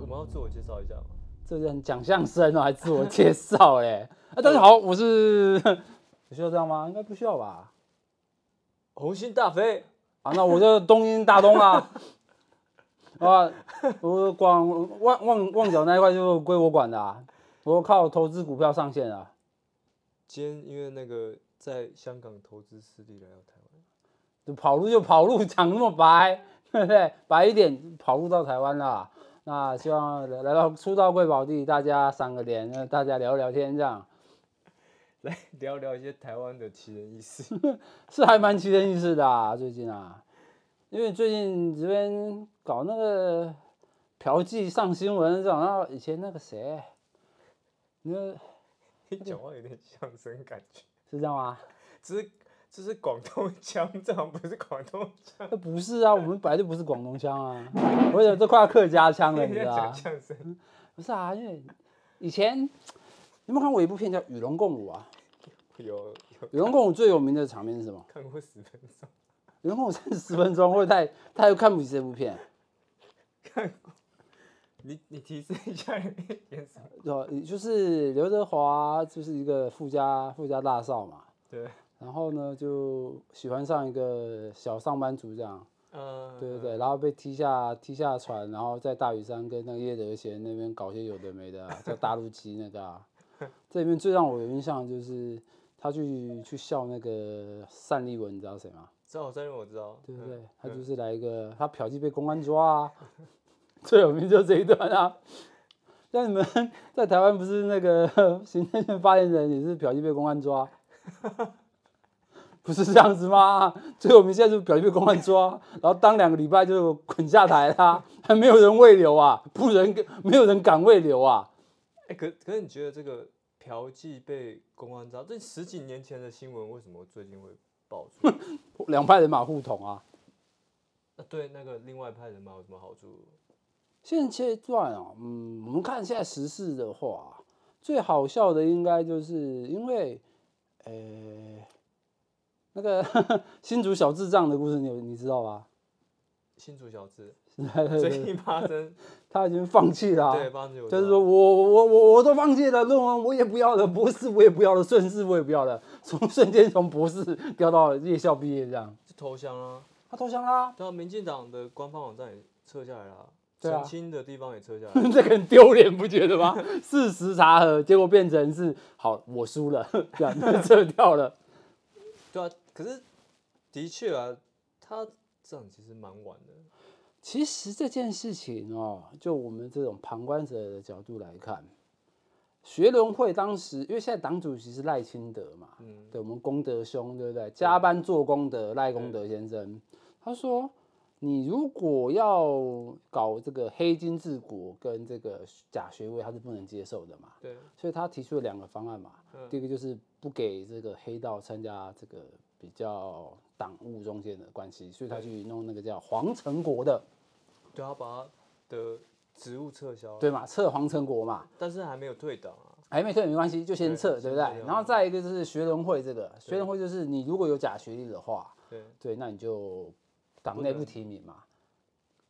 们要自我介绍一下吗？这人讲相声哦，还自我介绍 嘞。啊，大家好，我是 有需要这样吗？应该不需要吧。红星大飞，啊，那我就东英大东 啊。啊，我管旺旺旺角那一块就归我管的啊，我靠投资股票上线啊。今天因为那个在香港投资失利来到台湾，就跑路就跑路，讲那么白， 对不对？白一点，跑路到台湾啦。那希望来来到初到贵宝地，大家赏个脸，那大家聊聊天，这样来 聊聊一些台湾的奇人异事。 是还蛮奇人异事的、啊。最近啊，因为最近这边搞那个嫖妓上新闻，然后以前那个谁，那个你讲话有点相声感觉，是这样吗？只是这是广东腔，这好像不是广东 腔。那不是啊，我们本来就不是广东腔啊，我有这快要客家腔了，你你知在道吗讲？相声，不是啊，因为以前你有没有看过一部片叫《与龙共舞》啊？有有《与龙共舞》最有名的场面是什么？看过十分钟， 《与龙共舞》三十分钟，会太太看不起这部片，你你提示一下里面演什么？对吧？就是刘德华就是一个富家富家大少嘛，对，然后呢就喜欢上一个小上班族这样，嗯，对对对，然后被踢下踢下船，然后在大屿山跟那个叶德娴那边搞些有的没的、啊，叫大陆鸡那个、啊。这里面最让我有印象的就是他去去笑那个单立文，你知道谁吗？知道三人我知道，对不嗯对？他就是来一个他嫖妓被公安抓啊， 最有名就这一段啊。像你们 在台湾不是那个 行政院发言人也是嫖妓被公安抓，啊 不是这样子吗？最有名现在就是嫖妓被公安抓，啊然后当两个礼拜就滚下台啦、还没有人喂留啊，不人没有人敢喂留啊。哎、可可是你觉得这个嫖妓被公安抓，这十几年前的新闻为什么最近会爆出来？两派人马互捅啊。那对那个另外一派人马有什么好处？现阶段哦，嗯，我们看现在时事的话，最好笑的应该就是因为，呃，那个 新竹小智障的故事你，有你知道吧？新竹小 子最啊对近发生，他已经放弃 了啊、对，发生有就是说我我我我都放弃了，论文我也不要了，博士我也不要了，硕士我也不要了，从瞬间从博士掉到夜校毕业这样，是投降啊，他投降啦、 对啊，民进党的官方网站也撤下来了、对啊澄清的地方也撤下 来了，这个很丢脸，不觉得吗？事实查核，结果变成是好，我输了，这样撤掉了。对啊，可是的确啊，他这样其实蛮晚的，其实这件事情哦，就我们这种旁观者的角度来看，学联会当时，因为现在党主席是赖清德嘛，嗯，对我们功德兄，对不对？加班做功德，赖功德先生，他说，你如果要搞这个黑金治国跟这个假学位，他是不能接受的嘛。对，所以他提出了两个方案嘛，嗯第一个就是不给这个黑道参加这个比较党务中间的关系，所以他去弄那个叫黄成国的，对啊他把他的职务撤销，，对嘛，撤黄成国嘛，但是还没有退党啊，还没退没关系，就先对撤，对不对先撤？掉然后再一个就是学伦会这个，学伦会就是你如果有假学历的话，对，对，那你就党内不提名嘛，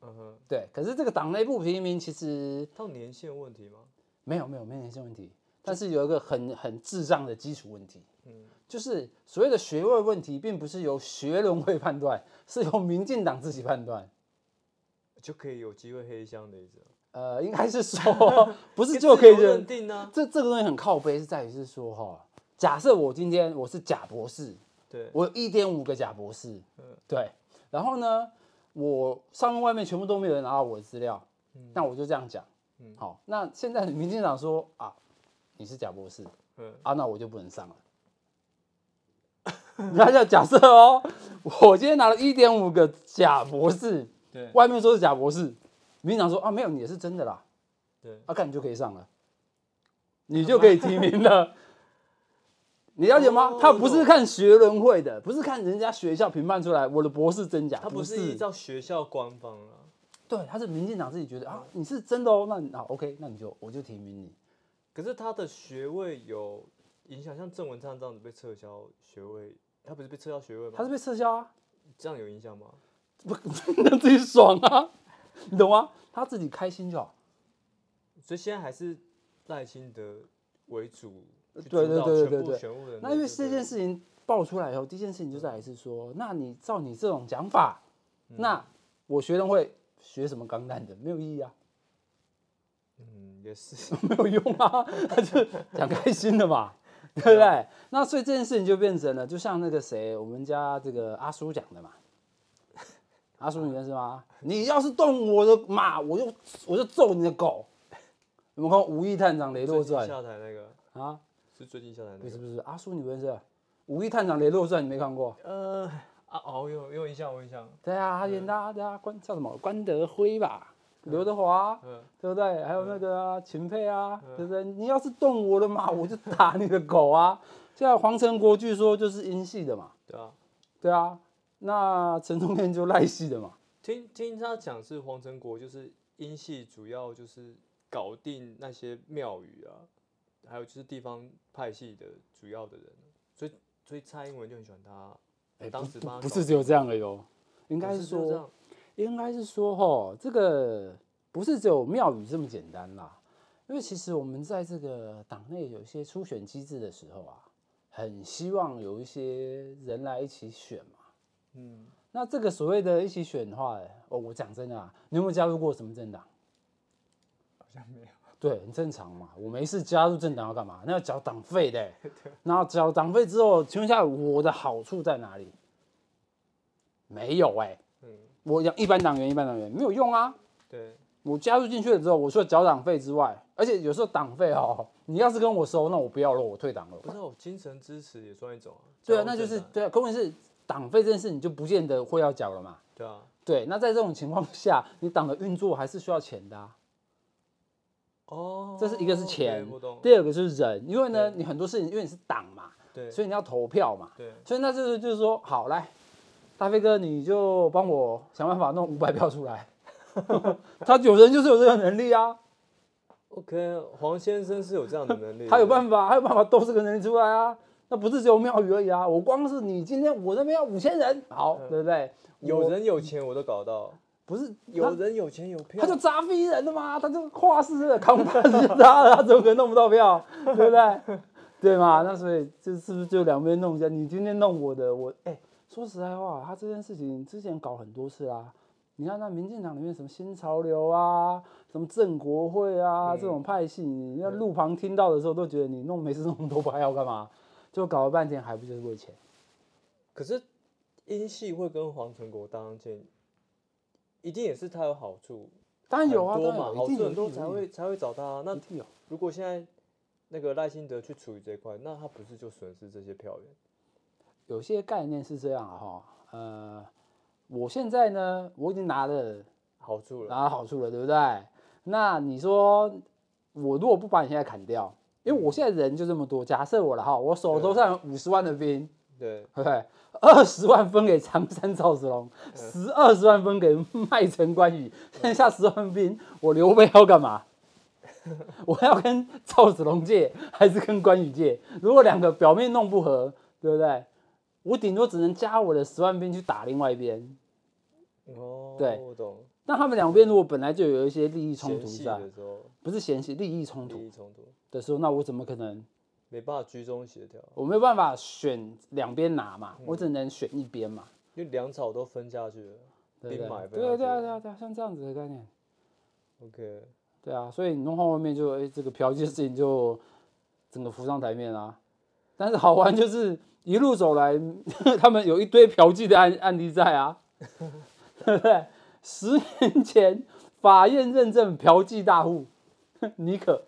嗯哼，对。可是这个党内不提名其实他有年限问题吗？没有没有没有年限问题，但是有一个很很智障的基础问题，嗯，就是所谓的学位问题，并不是由学伦会判断，是由民进党自己判断。就可以有机会黑箱的意思啊、呃，应该是说 不是这就可以认认。定呢、啊？这这个东西很靠背，是在于是说哈，假设我今天我是假博士，对，我有一点五个假博士，对，然后呢，我上面外面全部都没有人拿到我的资料，那我就这样讲，好，那现在民进党说啊，你是假博士，嗯，啊，那我就不能上了。 大家假设哦，我今天拿了一点五个假博士，对外面说是假博士，民进党说啊没有，你也是真的啦，对，啊，看你就可以上了，你就可以提名了。你了解吗哦？他不是看学伦会的，不是看人家学校评判出来我的博士真假，他不不是依照学校官方啊，对，他是民进党自己觉得啊你是真的哦，那你啊 OK，那你就我就提名你。可是他的学位有影响，像郑文灿这样子被撤销学位，他不是被撤销学位吗？他是被撤销啊， 这样有影响吗？不让自己爽啊，你懂吗？他自己开心就好。所以现在还是赖清德为主，去呃对主对导对对全部对全部人的那因为这这个件事情爆出来以后，第一件事情就是还是说，那你照你这种讲法，嗯那我学生会学什么钢弹的，没有意义啊，嗯也是，没有用啊，他就讲开心的嘛， 对啊不对？那所以这件事情就变成了，就像那个谁，我们家这个阿叔讲的嘛。 阿叔，你认识 吗？你要是动我的马，我就我就揍你的狗。 有没有看过《无义探长雷最洛近传》下台那个啊？是最近下台不那是个，不是，阿叔你不认识啊？《武义探长雷洛传》你没看过？呃啊哦有有印象有印象，对啊，他演他对啊，关叫什么关德辉吧，刘德华，啊嗯对不对？还有那个啊秦沛啊，对不对？你要是动我的马，我就打你的狗啊！现在黄成国据说就是英系的嘛，对啊，对啊，那陈忠燕就赖系的嘛，听听他讲是黄成国就是英系主要就是搞定那些庙宇啊，还有就是地方派系的主要的人，啊所以所以蔡英文就很喜欢他，哎，当不时不帮他不搞是只有这样而已哦，应应该是说这样，应该是说吼，这个不是只有庙宇这么简单啦，因为其实我们在这个党内有一些初选机制的时候啊，很希望有一些人来一起选嘛。嗯，那这个所谓的一起选的话，哦，我讲真的啊，你有没有加入过什么政党？好像没有，对，很正常嘛。我没事加入政党要干嘛？那要缴党 费的欸、然后缴党费之后，请问一下我的好处在哪里？没有哎、嗯，我讲一般党员，一般党员没有用啊。对，我加入进去了之后，我除了缴党费之外，而且有时候党费哦，你要是跟我收，那我不要了，我退党了。不是我精神支持也算一种啊，对啊，加入那就是政党对啊。可问题是，党费这件事你就不见得会要缴了嘛。对啊，对，那在这种情况下，你党的运作还是需要钱的、啊。哦，这是一个是 OK，钱我懂，第二个就是人，因为呢，对你很多事情，因为你是党嘛，对，所以你要投票嘛。对，所以那就是就是说，好来，大飞哥，你就帮我想办法弄五百票出来。 他有人就是有这个能力啊， OK，黄先生是有这样的能力的， 他有办法，他有办法斗这个能力出来啊。那不是只有庙宇而已啊，我光是你今天我那边要五千人，好，嗯对不对？有我人有钱我都搞到，不是有人有钱有票，他就扎飞人的嘛，他就跨市了，扛把子就扎了，他怎么可能弄不到票？对不对？ 对嘛？那所以这是不是就两边弄一下？你今天弄我的，我哎、说实在话，他这件事情之前搞很多次啦、你看那民进党里面什么新潮流啊，什么正国会啊、这嗯种派系，你那路旁听到的时候都觉得你弄没事弄那么多牌要干嘛？就搞了半天还不就是为钱？可是英系会跟黄成国搭上线，一定也是他有好处，当然有啊，很当多然嘛，好有，一定处有很多一定才有嗯会才会找他啊。一那定有。如果现在那个赖清德去处于这一块，那他不是就损失这些票源？有些概念是这样啊哈，呃，我现在呢，我已经拿了好处了，拿了好处了，对不对？那你说我如果不把你现在砍掉，因为我现在人就这么多，假设我了哈，我手头上五十万的兵，对，对不对？ 二十万分给常山赵子 龙，十二十万分给麦城关羽，剩下十万兵，我刘备要干嘛？ 我要跟赵子龙借，还是跟关羽借？如果两个表面弄不合，对不对？我顶多只能加我的十万兵去打另外一边。哦，对我懂，那他们两边如果本来就有一些利益冲前突戏在，的时候不是嫌弃利益利冲突益冲突，的时候，那我怎么可能？没办法居中协调，我没有办法选两边拿嘛，我只能选一边嘛。因为粮草都分下去了。对不兵马对？也对啊，分下去对啊，对啊，对啊，像这样子的概念， OK，对啊，所以你弄到后面就，哎，这个嫖妓的事情就整个浮上台面啦、啊但是好玩就是一路走来， 他们有一堆嫖妓的案案例在啊， 对不对？十年前法院认证嫖妓大户尼可，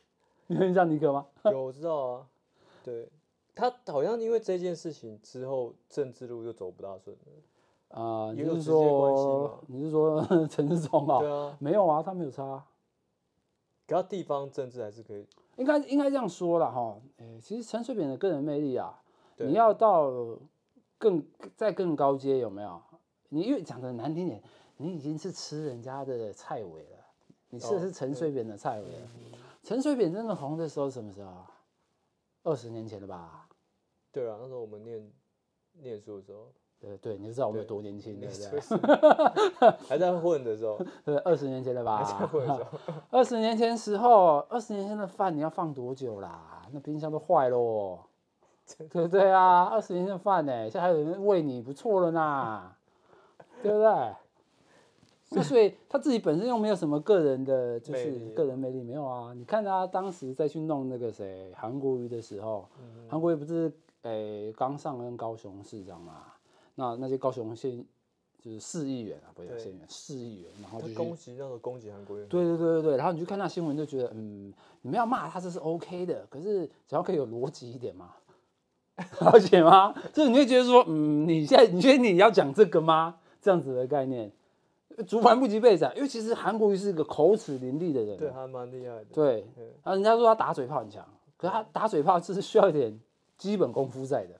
你有印象尼可吗？有我知道啊，对他好像因为这件事情之后，政治路就走不大顺了。啊、也你有是直接关系说嘛你是说陈世忠啊？对啊，没有啊，他没有差、啊。可他地方政治还是可以，应该应该这样说了哈，诶、其实陈水扁的个人魅力啊，对你要到更再更高阶有没有？你越讲的难听点，你已经是吃人家的菜尾了，你吃的哦是陈水扁的菜尾了。陈、水扁真的红的时候是什么时候啊？二十年前了吧？对啊，那时候我们念念书的时候，对对，你就知道我们有多年轻，对不对？还在混的时 候，对，二十年前了 还在吧？混的时候，二十年前时候，二十年前的饭你要放多久啦？那冰箱都坏喽，对不对啊？二十年前的饭呢、现在还有人喂你，不错了呢， 对不对？那所以他自己本身又没有什么个人的，就魅是力个人魅力没有啊。你看他当时再去弄那个谁韩国瑜的时候，嗯 韩国瑜不是诶刚、上任高雄市长嘛？那那些高雄县就是市议员啊，不对是县议员，市议员，然后就他去攻击那时候攻击韩国人，对对对对对，然后你去看那新闻就觉得，嗯，你们要骂他这是 OK 的，可是只要可以有逻辑一点嘛， 了解吗？就是你会觉得说，嗯，你现在你觉得你要讲这个吗？这样子的概念，竹盘不及被宰，因为其实韩国瑜是一个口齿伶俐的人，对，他蛮厉害的，对，然后人家说他打嘴炮很强，可是他打嘴炮是需要一点基本功夫在的，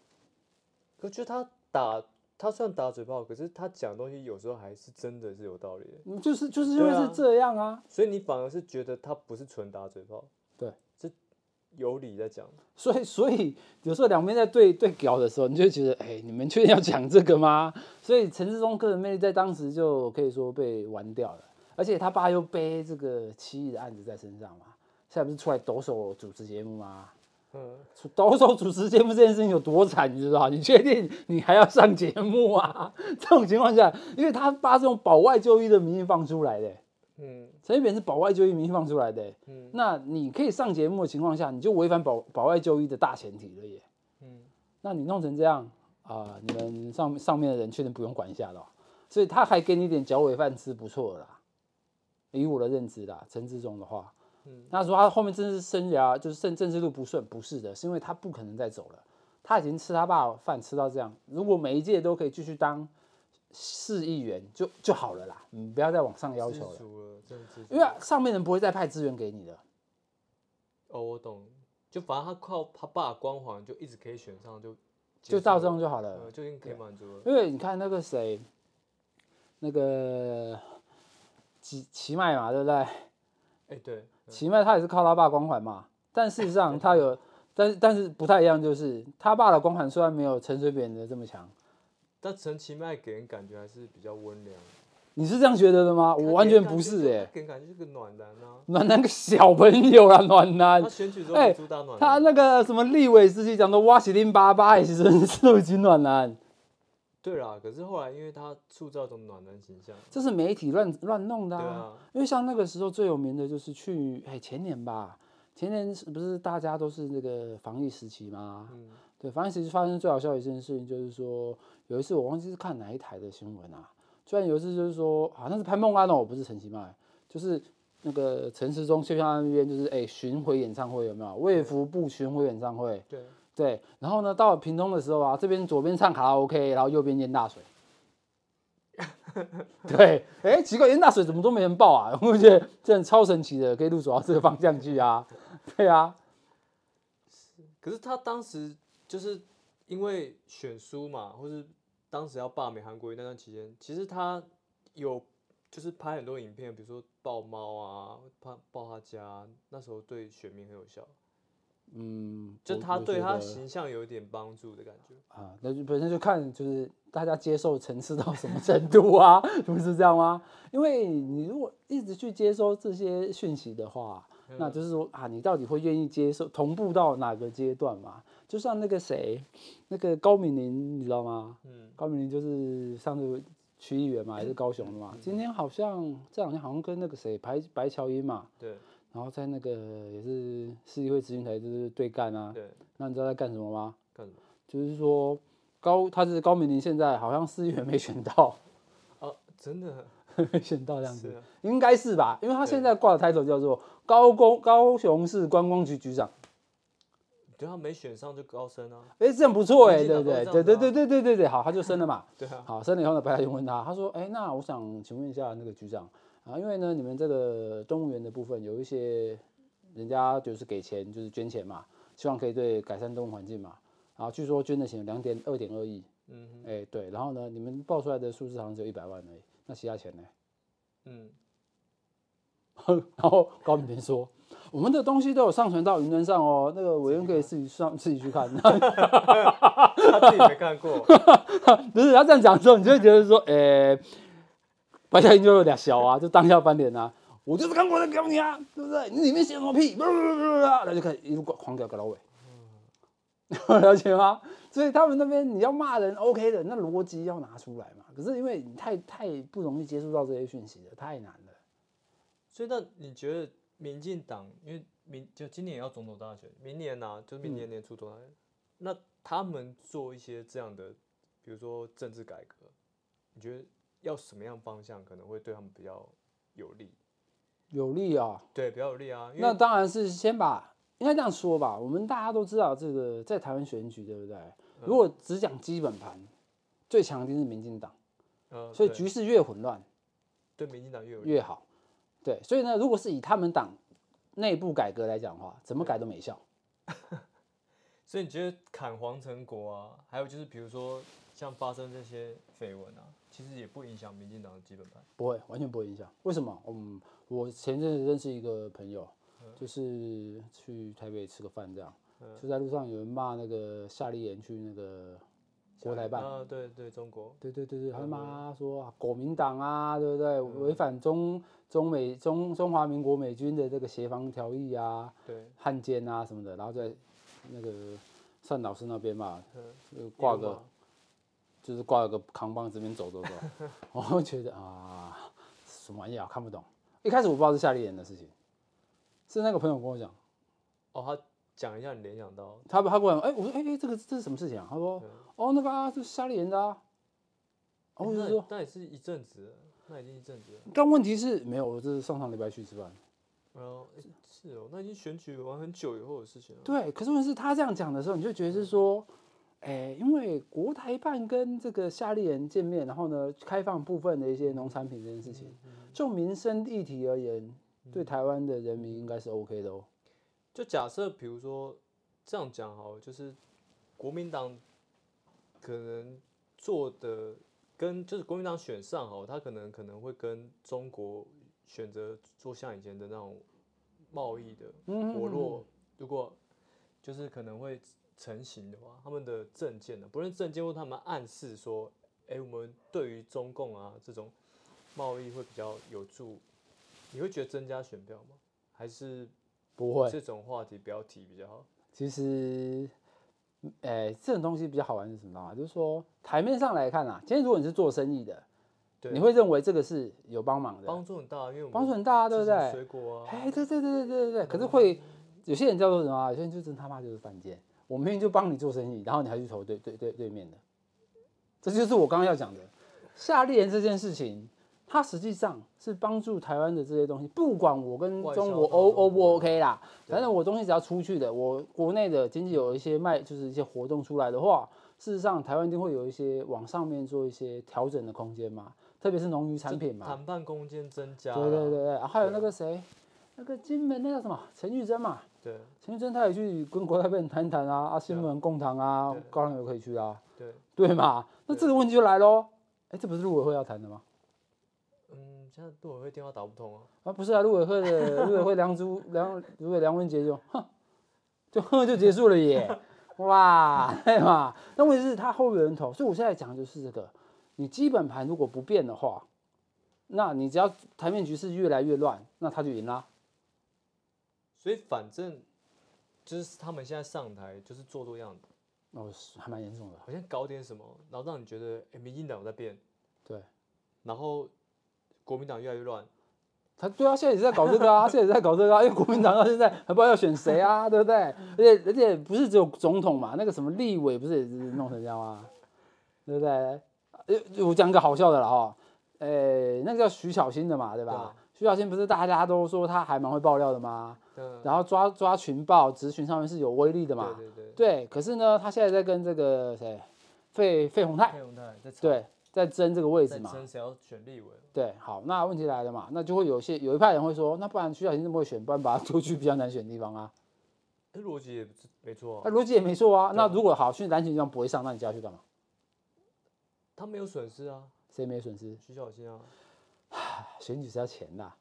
可觉得他打他虽然打嘴炮，可是他讲的东西有时候还是真的是有道理的，嗯就是就是因为对啊是这样啊，所以你反而是觉得他不是纯打嘴炮，对，是有理在讲，所以，所以有时候两边在对对搞的时候，你就会觉得，哎、你们确定要讲这个吗？所以陈志忠个人魅力在当时就可以说被玩掉了，而且他爸又背这个七亿的案子在身上嘛，现在不是出来抖手主持节目吗？嗯，出抖手主持节目这件事情有多惨，你知道？你确定你还要上节目啊？ 这种情况下，因为他爸是用保外就医的名义放出来的、嗯，陈水扁是保外就医名义放出来的、嗯那你可以上节目的情况下，你就违反保保外就医的大前提了耶。嗯，那你弄成这样啊、你们上上面的人确定不用管一下了哦、所以他还给你一点脚尾饭吃，不错了啦。以我的认知啦，陈志忠的话，嗯，那说他后面政治生涯就是政政治路不顺，不是的，是因为他不可能再走了，他已经吃他爸饭吃到这样，如果每一届都可以继续当市议员就就好了啦，嗯，不要再往上要知求了，足了，真的知足因为上面人不会再派资源给你的，哦，我懂，就反正他靠他爸的光环就一直可以选上，就就结到束这啊了样就好了。呃，就已经可以满足了。因为你看那个谁，那个齐齐麦嘛，对不对？哎，对，齐麦他也是靠他爸光环嘛，但事实上他有，但但是不太一样，就是他爸的光环虽然没有陈水扁的这么强，但陈其迈给人感觉还是比较温良，你是这样觉得的吗？我完全不是哎、哎，他给人感觉就是个暖男啊。暖男个小朋友啦，暖男他，选举的时哎候主打暖他男，那个什么立委司机讲的哇，喜零八八， 其实都已经暖男。对啦，可是后来因为他塑造一种暖男形象，这是媒体乱乱弄的、对啊因为像那个时候最有名的就是去哎前年吧，前年是不是大家都是那个防疫时期吗？嗯对，防疫时期发生最好笑的一件事情就是说，有一次我忘记是看哪一台的新闻啊，居然有一次就是说好像是潘梦安哦，不是陈其迈，就是那个陈时中去他那边就是哎巡回演唱会有没有？卫福部巡回演唱会，对，对，然后呢到了屏东的时候啊，这边左边唱卡拉 OK，然后右边淹大水。对，哎，奇怪，淹大水怎么都没人报啊？ 我觉得这很超神奇的，可以入手到这个方向去啊。对啊，可是他当时就是因为选书嘛，或是当时要罢免韩国瑜那段期间，其实他有就是拍很多影片，比如说抱猫啊，抱抱他家啊，那时候对选民很有效，嗯，就我他我对觉他得形象有一点帮助的感觉。啊，那就本身就看就是大家接受层次到什么程度啊， 不是这样吗？因为你如果一直去接收这些讯息的话，嗯那就是说啊，你到底会愿意接受同步到哪个阶段嘛？就像那个谁，那个高敏玲，你知道吗？嗯，高敏玲就是上次区议员嘛，还是高雄的嗯嘛。今天好像这两天好像跟那个谁白白乔英嘛，对然后在那个也是市议会咨询台就是对干啊。对，那你知道在干什么吗？干什么？就是说高，他是高敏玲，现在好像市议员没选到，哦，真的没选到这样是子，啊，应该是吧？因为他对现在挂的 title 叫做高公高雄市观光局局长，对啊他没选上就高升啊，哎，这样不错哎，民进党对不都对？对是这对样子啊对对对对对，好，他就升了嘛。对啊，好，升了以后呢，白海就问他，他说，哎，那我想请问一下那个局长啊，因为呢，你们这个动物园的部分有一些人家就是给钱，就是捐钱嘛，希望可以对改善动物环境嘛。然后据说捐的钱有两点二点二亿，嗯哼哎、对，然后呢，你们报出来的数字好像只有一百万而已，那其他钱呢？嗯，然后高敏平说：“我们的东西都有上传到云端上哦，那个委员可以自己上自己去看。”他自己没看过， 不是他这样讲之后，你就会觉得说，诶、白嘉莹就有点小啊，就当下翻脸啊，我就是看过那给你啊，对不对？你里面写什么屁？不不不不然后就开始一路狂狂屌搞到尾， 了解吗？所以他们那边你要骂人 OK 的，那逻辑要拿出来嘛。可是因为你太太不容易接触到这些讯息了，太难了。所以那你觉得民进党，因为明就今年也要总统大选，明年呐、就是明嗯年年初总统大选，那他们做一些这样的，比如说政治改革，你觉得要什么样方向可能会对他们比较有利？有利啊，对，比较有利啊，因那为当然是先把，应该这样说吧，我们大家都知道这个在台湾选举，对不对？嗯如果只讲基本盘，最强一定是民进党，呃，所以对局势越混乱对民进党越有利，越好。对，所以呢，如果是以他们党内部改革来讲的话，怎么改都没效。所以你觉得砍黄成国啊，还有就是比如说像发生这些绯闻啊，其实也不影响民进党的基本盘。不会，完全不会影响。为什么？嗯，我前阵子认识一个朋友，就是去台北吃个饭，这样就在路上有人骂那个夏立言去那个国台办，啊，对对，中国对对对嗯对，他妈说国民党啊，对不对？违反中中美中中华民国美军的这个协防条议啊，对，汉奸啊什么的，然后在那个单老师那边嘛，嗯，呃挂有个吗就是挂个扛棒这边走走走，我会觉得啊，什么玩意啊，看不懂。一开始我不知道是夏立言的事情，是那个朋友跟我讲，哦，他讲一下你联想到，他他跟我讲，哎、我说哎、哎，这个这是什么事情啊？他说哦那个啊，这是夏立言的啊。诶哎然后我哦就那说，那也是一阵子了，那已经一阵子了。但问题是没有，我这是上上礼拜去吃饭。然后诶是哦，那已经选举完很久以后的事情了。对，可是问题是他这样讲的时候，你就觉得是说，哎、因为国台办跟这个夏立言见面，然后呢，开放部分的一些农产品这件事嗯情，就民生议题而言，对台湾的人民应该是 OK 的哦。就假设比如说这样讲好了，就是国民党可能做的跟就是国民党选上好了，他可能可能会跟中国选择做像以前的那种贸易的嗯活络，如果就是可能会成型的话，他们的政见呢，不论政见或他们暗示说，哎、我们对于中共啊这种贸易会比较有助，你会觉得增加选票吗？还是不会，这种话题不要提比较好。其实，哎、这种东西比较好玩是什么呢？就是说，台面上来看啊，今天如果你是做生意的，对你会认为这个是有帮忙的，帮助很大，因为我们帮助很大啊，对不之前对？水果啊，哎，对对对对对对，可是会有些人叫做什么啊？有些人就真他妈就是犯贱。我明明就帮你做生意，然后你还去投对对对对面的，这就是我刚刚要讲的夏立言这件事情。它实际上是帮助台湾的这些东西，不管我跟外销中国到 O 中国 O 不 OK 啦，反正我东西只要出去的，我国内的经济有一些卖，就是一些活动出来的话，事实上台湾一定会有一些往上面做一些调整的空间嘛，特别是农渔产品嘛。谈判空间增加啦，对对对对，啊还有对那个谁，那个金门那叫什么陈玉珍嘛，对陈玉珍她也去跟国台办谈一谈啊，啊新闻共谈啊对，高雄也可以去啊，对对嘛？那这个问题就来喽，哎，这不是陆委会要谈的吗？嗯，现在陆委会电话打不通啊，啊，不是啊，陆委会的陆委会梁朱梁，如果梁文杰就哼，就哼就结束了耶，哇，对嘛？那问题是他后面有人投，所以我现在讲的就是这个，你基本盘如果不变的话，那你只要台面局势越来越乱，那他就赢啦。所以反正就是他们现在上台就是做做样子，哦，是还蛮严重的。好像搞点什么，然后让你觉得哎，民进党有在变，对，然后国民党越来越乱，他对啊，现在也是在搞这个啊，他现在也是在搞这个啊，因为国民党到现在还不知道要选谁啊，对不对？而且而且不是只有总统嘛，那个什么立委不是也是弄成这样吗？对不对？呃，我讲一个好笑的了哈，诶，那个叫徐小新的嘛，对对吧啊？徐小新不是大家都说他还蛮会爆料的吗？嗯，然后抓抓群爆，直群上面是有威力的嘛？对对对，对，可是呢，他现在在跟这个谁，费费鸿泰，蔡永泰在吵对，在争这个位置在嘛。争谁要选立委，对，好，那问题来了嘛，那就会有些有一派人会说，那不然徐小新这么会选，不然把他丢去比较难选的地方啊。这逻辑也不是没错那啊，逻辑也没错啊。对那如果好，去蓝选地方不会上，那你叫他去干嘛？他没有损失啊，谁没损失？哎徐小新啊，选举是要钱的啊、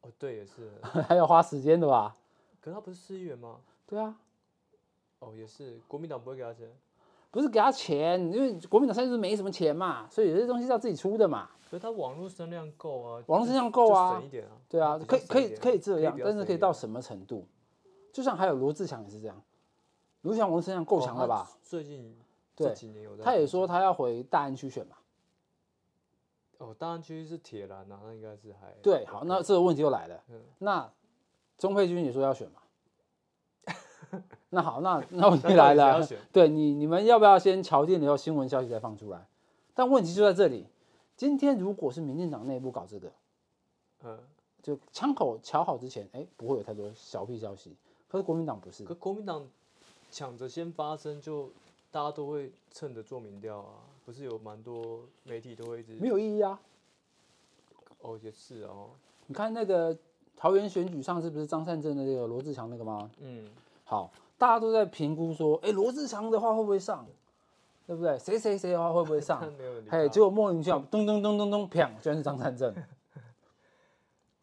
哦，对，也是。 还要花时间的吧？可是他不是市议员吗？对啊，哦，也是，国民党不会给他钱。不是给他钱，因为国民党现在就是没什么钱嘛，所以有些东西是要自己出的嘛。可是他网络声量够啊，网络就声量够啊就省一点啊。对啊，比较可以省可一以点可以这样比，较啊但省是一可以点到什么程度？就像还有罗志祥也是这样，罗志祥王志祥够哦强他了吧？最近对这几年有在他也红说他要回大安区选嘛。哦，大安区是铁栏啊，那应该是还对，好，那这个问题又来了。嗯那钟佩君也说要 选嘛？那好，那那问题那到来底谁了要选， 对你你们要不要先敲定了以后新闻消息再放出来？但问题就在这里，今天如果是民进党内部搞这个，嗯，就枪口瞧好之前，哎，不会有太多小屁消息。可是国民党不是，可国民党抢着先发声，就大家都会趁着做民调啊，不是有蛮多媒体都会一直没有意义啊！哦，也是哦，你看那个桃园选举上是不是张善政的那个罗志祥那个吗？嗯，好，大家都在评估说，哎，罗志祥的话会不会上？对不对？谁谁谁的话会不会上 但？没有人理哎，他结果莫名其妙，咚咚咚咚咚，砰，居然是张善政。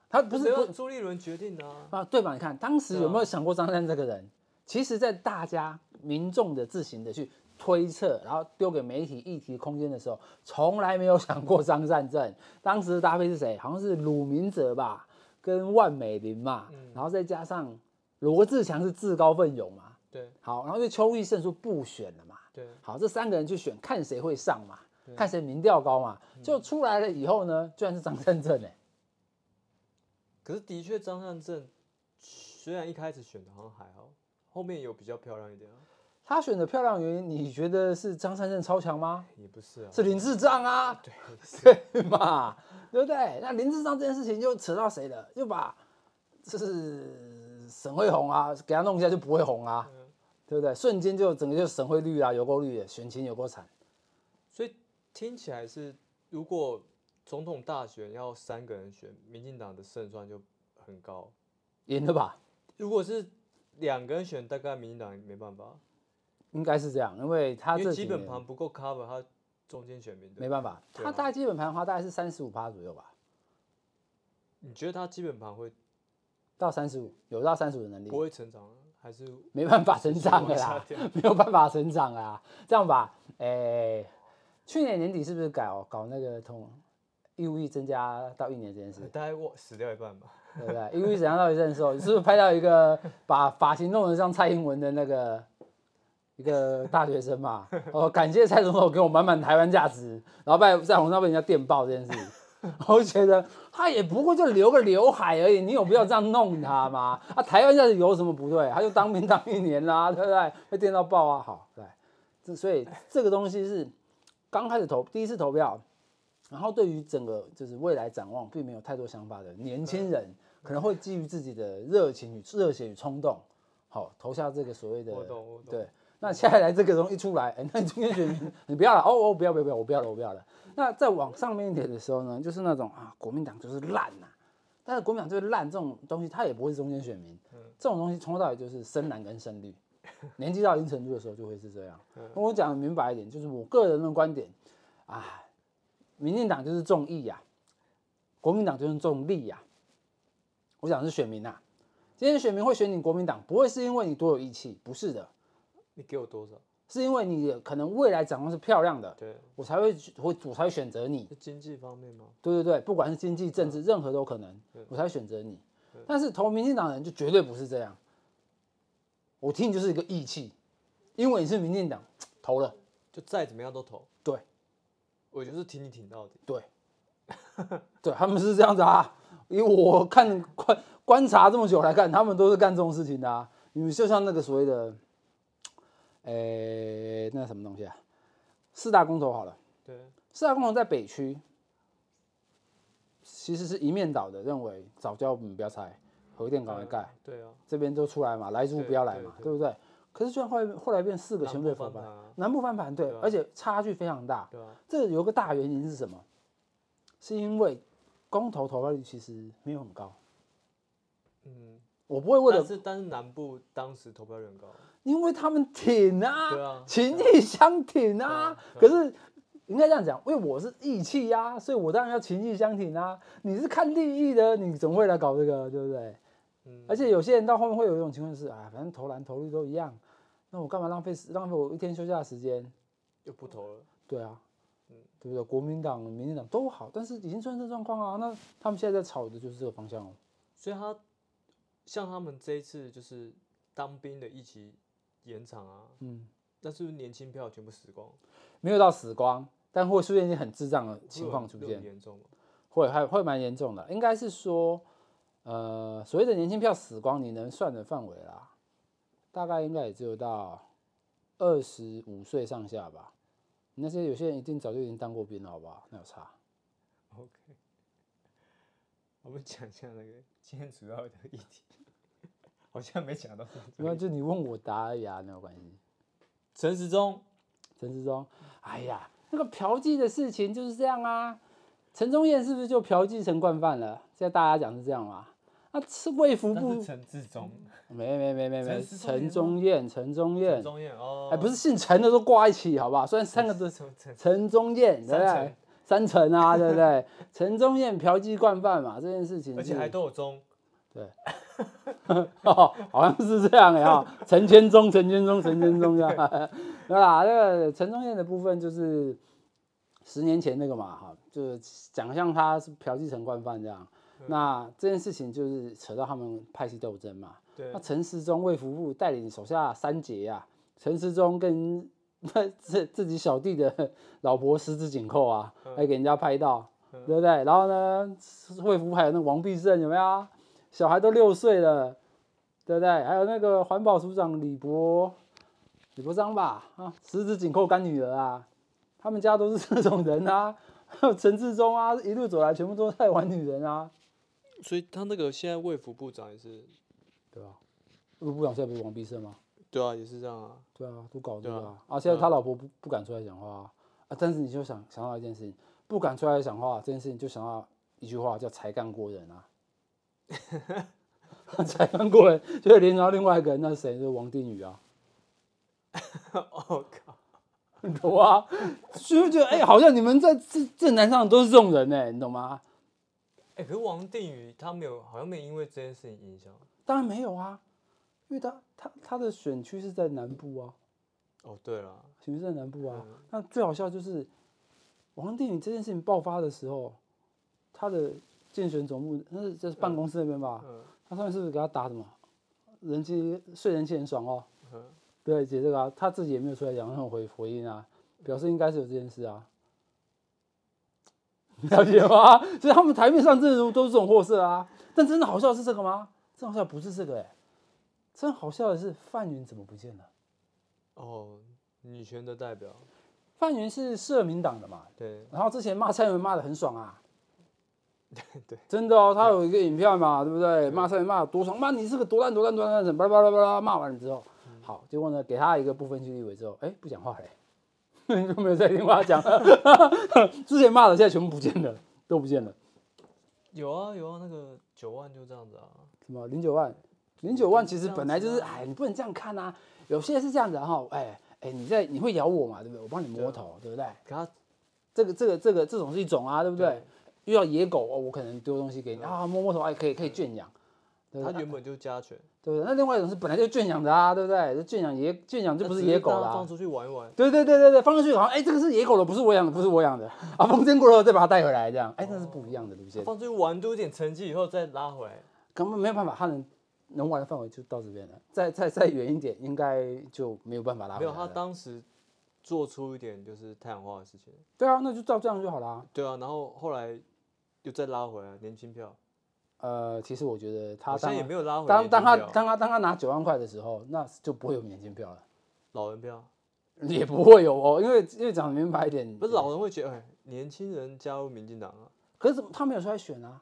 他不没是有不朱立伦决定的啊，啊，对吧？你看当时对啊有没有想过张善政这个人？其实，在大家民众的自行的去推测，然后丢给媒体议题空间的时候，从来没有想过张善政。当时的搭配是谁？好像是鲁明哲吧，跟万美玲嘛，嗯然后再加上罗志祥是自告奋勇嘛。对好，然后因为邱毅胜说不选了嘛，对，好，这三个人去选，看谁会上嘛，看谁民调高嘛。就出来了以后呢，居然是张善政哎、可是的确张善政虽然一开始选的好像还好，后面有比较漂亮一点啊，他选的漂亮原因，你觉得是张善政超强吗？也不是啊，是林志障啊， 对，对嘛，对不对？那林志障这件事情又扯到谁了？又把就是沈慧红啊，给他弄一下就不会红啊，嗯对不对？瞬间就整个就沈慧绿啊，有够绿的，选情有够惨。所以听起来是，如果总统大选要三个人选，民进党的胜算就很高。赢了吧？如果是两个人选，大概民进党没办法，应该是这样，因为他因这为几基本年盘不够 cover 他中间选民的。没办法，对他啊大概基本盘的话大概是三十五趴左右吧。你觉得他基本盘会到三十五，有到三十五的能力不，会成长啊，还是没办法成长了啦往下掉， 没有办法成长啦。这样吧，诶、去年年底是不是搞搞那个同义务役增加到一年这件事，大概我死掉一半吧？对不对？义务役增加到一年的时候，你是不是拍到一个把发型弄得像蔡英文的那个一个大学生嘛？哦，感谢蔡总统给我满满台湾价值，然后被在红上被人家电爆这件事情。 我就觉得他也不过就留个刘海而已，你有必要这样弄他吗？啊，台湾价值有什么不对？他就当兵当一年啦、对不对？被电到爆啊，好，对，这所以这个东西是刚开始投第一次投票，然后对于整个就是未来展望并没有太多想法的年轻人，可能会基于自己的热情与热血与冲动，好投下这个所谓的我懂我懂对。那接下来这个东西一出来，哎、那你今天选民你不要了，哦哦，不要不要不要，我不要了，我不要了。那再往上面一点的时候呢，就是那种啊，国民党就是烂呐、但是国民党就是烂这种东西，它也不会是中间选民，这种东西从头到尾就是深蓝跟深绿，年纪到一定程度的时候就会是这样。那我讲的明白一点，就是我个人的观点，啊，民进党就是重义呀、国民党就是重利呀、我讲的是选民呐、今天选民会选你国民党，不会是因为你多有义气，不是的，你给我多少？是因为你可能未来展望是漂亮的，对，我才会会我才会选择你。是经济方面吗？对对对，不管是经济、政治，任何都可能，我才选择你。但是投民进党的人就绝对不是这样，我听你就是一个义气，因为你是民进党，投了，就再怎么样都投，对我就是挺你挺到底。对，对，他们是这样子啊。因为我看观观察这么久来看，他们都是干这种事情的啊。你们就像那个所谓的，诶，那什么东西啊？四大公投好了，对，四大公投在北区，其实是一面倒的，认为早教我们不要拆，核电赶快盖，嗯对啊，这边都出来嘛，来租不要来嘛，对对对对不对？可是居然后来后来变四个全被部翻翻盘盘，啊，南部翻盘，对，而且差距非常大。对啊，这有个大原因是什么？是因为公投投票率其实没有很高。嗯，我不会为但了，是但是南部当时投票率很高，因为他们挺啊，对啊嗯情义相挺啊。可是应该这样讲，因为我是义气呀、所以我当然要情义相挺啊。你是看利益的，你怎么会来搞这个，对不对？嗯而且有些人到后面会有一种情况是，啊，反正投篮投入都一样，那我干嘛浪费时浪费我一天休假的时间？又不投了，对啊，嗯对不对？国民党、民进党都好，但是已经出现这状况啊，那他们现在在吵的就是这个方向哦。所以他像他们这一次就是当兵的一起延长啊，嗯，那是不是年轻票全部死光？没有到死光，但会出现一些很智障的会情有况很出会有现很。严重吗？会还会蛮严重的，应该是说，呃，所谓的年轻票死光，你能算的范围啦，大概应该也只有到二十五岁上下吧。那些有些人一定早就已经当过兵了，好不好？那有差。 OK，我们讲一下那个今天主要的议题， 好像没讲到 这个。那就你问我答而已啊，没有关系。陈时中，陈志忠，哎呀，那个嫖妓的事情就是这样啊。陈忠燕是不是就嫖妓成惯犯了？现在大家讲是这样嘛？那是卫福那部是陈志 忠，没没没没陈没，时中陈演忠燕，陈忠陈燕，忠燕哦，哎，不是姓陈的都挂一起，好不好？虽然三个都字，陈陈陈忠燕，对不三对陈？三陈啊，对不对？陈忠燕嫖妓惯犯嘛，这件事情是，而 且还都有钟，哦，好像是这样哎哈，陈千忠，陈千忠，陈千忠这样，对啦，那个陈忠燕的部分就是十年前那个嘛哈，就是讲像他是嫖妓成惯犯这样，那这件事情就是扯到他们派系斗争嘛，对那，陈时中卫福部带领手下三杰啊，陈时中跟 自自己小弟的 老婆十指紧扣啊，还给人家拍到，对不对？然后呢，卫福部还有那王必胜有没有？小孩都六岁了，对不对？还有那个环保署长李博李博章吧，啊，十指紧扣干女儿啊，他们家都是这种人啊。 还有陈志忠啊，一路走来全部都在玩女人啊，所以他那个现在卫福部长也是，对吧？陆部长现在不是王必胜吗？对啊，也是这样啊，对啊，都搞这对个啊啊！啊，现在他老婆不不敢出来讲话啊啊，但是你就想想到一件事情，不敢出来讲话这件事情，就想到一句话叫“才干过 人”啊。才干过人，就连到另外一个人，那是谁？就是王定宇啊， 哦靠，你懂吗？就会觉得哎、好像你们在这政坛上都是这种人哎、你懂吗？哎，可是王定宇他没有，好像没有因为这件事情影响，当然没有啊，因为他他他的选区是在南部啊，哦对了，选区在南部啊。嗯那最好笑就是王定宇这件事情爆发的时候，他的竞选总部那是就是办公室那边吧，嗯他上面是不是给他打什么人气睡人气很爽哦？嗯，对，姐这个啊，他自己也没有出来讲那种回回应啊，表示应该是有这件事啊。 了解吗？ 所以他们台面上真的都是这种货色啊，但真的好笑的是这个吗？真好笑不是这个哎、真好笑的是范云怎么不见了？哦，女权的代表，范云是社民党的嘛，对，然后之前骂蔡英文骂的很爽 啊，对，真的哦，他有一个影片嘛，对不对？骂蔡英文骂得多爽，骂你是个多烂多烂多烂人，巴拉巴拉巴拉，骂完了之后，好，结果呢，给他一个不分区立委之后，哎，不讲话嘞， 就没有再听话讲了，之前骂的现在全部不见了，都不见了，有啊有啊，那个九万就这样子啊，什么零九万，零九万其实这样本来就是，子啊哎，你不能这样看啊，有些是这样子哈、哎哎，你在你会咬我嘛，对不对？我帮你摸头，对不对？可他这个这个这个这种是一种啊，对不对？对遇到野狗哦，我可能丢东西给你啊，摸摸头，哎，可以可以圈养，对嗯不他对？原本就加权，对不对？那另外一种是本来就圈养的啊，对不对？就圈养野圈养就那不是只野狗让啦、他放出去玩一玩，对对对对对，放进去好像哎，这个是野狗的，不是我养的，不是我养的啊，风筝过了再把它带回来这样，哎，那是不一样的路线，放出去玩都有点成绩以后再拉回来，根本没有办法，它能能玩的范围就到这边了，再再再远一点，应该就没有办法拉没回来有他了。当时做出一点就是太阳花的事情，对啊，那就照这样就好啦。对啊，然后后来又再拉回来年轻票，呃，其实我觉得他好当像也没有拉回当年轻当他票，当他当他拿九万块的时候，那就不会有免签票了。老人票， 也不会有哦，因为因为讲明白一点，不是老人会觉得，哎，年轻人加入民进党啊，可是他没有出来选啊。